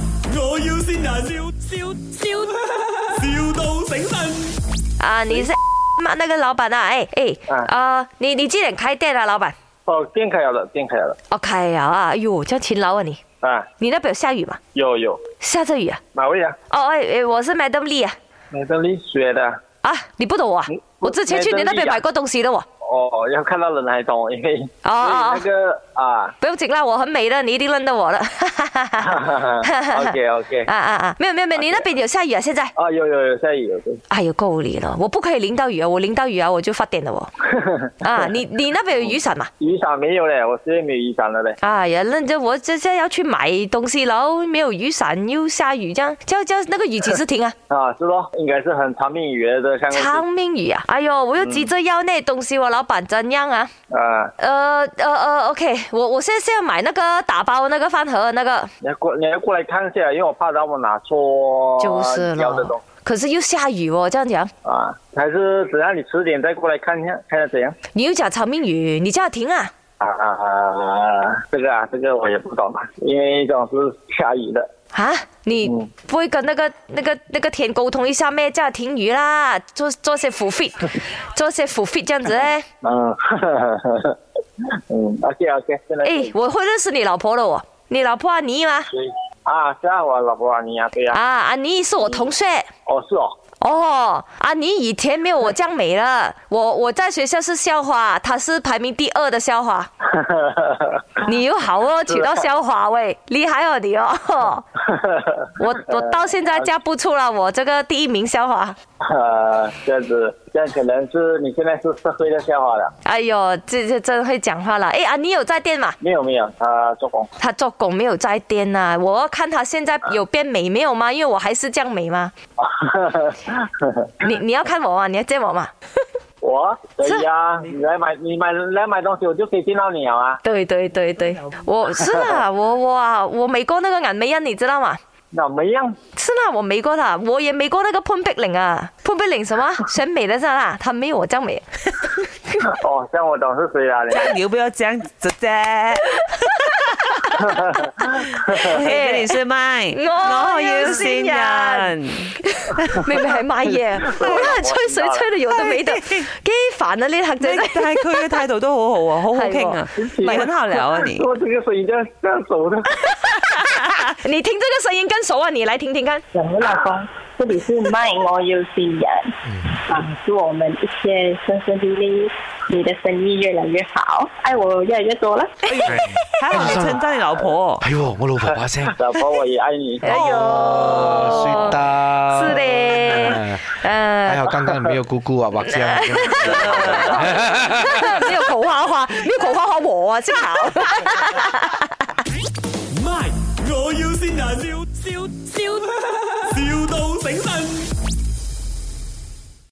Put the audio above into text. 要先人，笑笑笑，,笑到醒神。啊，你是骂那个老板啊？哎哎，啊呃，你你几点开店啊，老板？哦，店开了的，店开了哦，开了啊！哎呦，这样勤劳啊你！的啊，你那边有下雨吗？有有下着雨啊？哪位啊？哦哎哎，我是 Madam Lee 啊！美登利学的啊，你不懂我啊嗯？我之前去你那边 Madam Lee 啊买过东西的我。哦，要看到人才懂，因为因为哦哦那个啊不用紧啦，我很美的，你一定认得 我的。 ，OK OK，啊啊啊！没有没有没有，你那边有下雨啊？现在？啊有有有下雨有的，哎呦，够你了！我不可以淋到雨啊！我淋到雨啊，我就发癫了 我。啊，你你那边有雨伞吗？雨伞没有嘞，我这边没有雨伞了嘞。啊呀，那这我这这要去买东西了，然后没有雨伞，又下雨，这样这样这样，那个雨几时停啊？啊，是咯，应该是很长命雨的相长命雨啊！哎呦，我又急着要那东西哦，我老板怎样啊？啊，呃呃呃，OK，我我现在是要买那个打包那个饭盒那个，你要过你要过来看一下，因为我怕他们拿错就是哦要的东了。可是又下雨哦，这样讲，啊，还是等下你迟点再过来看一下，看一下怎样。你又讲长命雨，你叫他停啊？啊，这个啊，这个我也不懂啊，因为总是下雨的。啊，你嗯不会跟那个那个那个天沟通一下咩？叫他停雨啦，做做些 f u fit，做些 f u fit 这样子嘞。嗯，嗯，OK OK，现在可哎以，我会认识你老婆了哦，你老婆阿妮吗？啊，是啊，我老婆啊，你啊，对啊，啊，阿妮是我同学。哦是哦， 哦，阿妮以前没有我这样美了。我我在学校是校花，她是排名第二的校花。你又好哦，娶到校花喂，厉害哦你哦！ 我我到现在嫁不出了，我这个第一名校花。呃，这样子，这样可能是你现在是社会的笑话了，哎呦，这这真会讲话了。哎，阿妮有在店嘛？没有没有，啊，做工， 她做工没有在店呐、我要看她现在有变美没有吗？因为我还是这样美吗？你你要看我吗？你要见我吗？我可以啊，你来买你买来买东西，我就可以见到你了啊，对对对对，我是 啦，我我啊，我美过那个眼美恩，你知道吗？那没样， 是啦，我没过他，我也没过那个潘碧玲啊，潘碧玲什 么选美的是啦，她没有我这样 美。哦，这样我懂是谁了，你你又不要这样子啫。OK，你是麦，我要先人。明明係買 嘢，每人吹水吹到有得 尾度，幾煩啊！呢客你仔真係但系佢嘅態度都好好啊，好好傾啊，係喎唔係很好聊啊 你。做这个生意这样这样走的，你聽這個聲音跟熟啊，你來聽聽看。我们老公，这里是卖我有新人，啊，祝我们一切顺顺利利，你的生意越来越好，爱我越来越多了。睇下你稱讚你老婆，系哎喎，我老婆把声，老婆我也爱你。哎呦，是的，是嘞，还呃， 好哎刚刚没有姑姑啊，或者没有口花花，没有口花花我啊，真好。 My，我要先人，笑笑笑，,笑到醒神。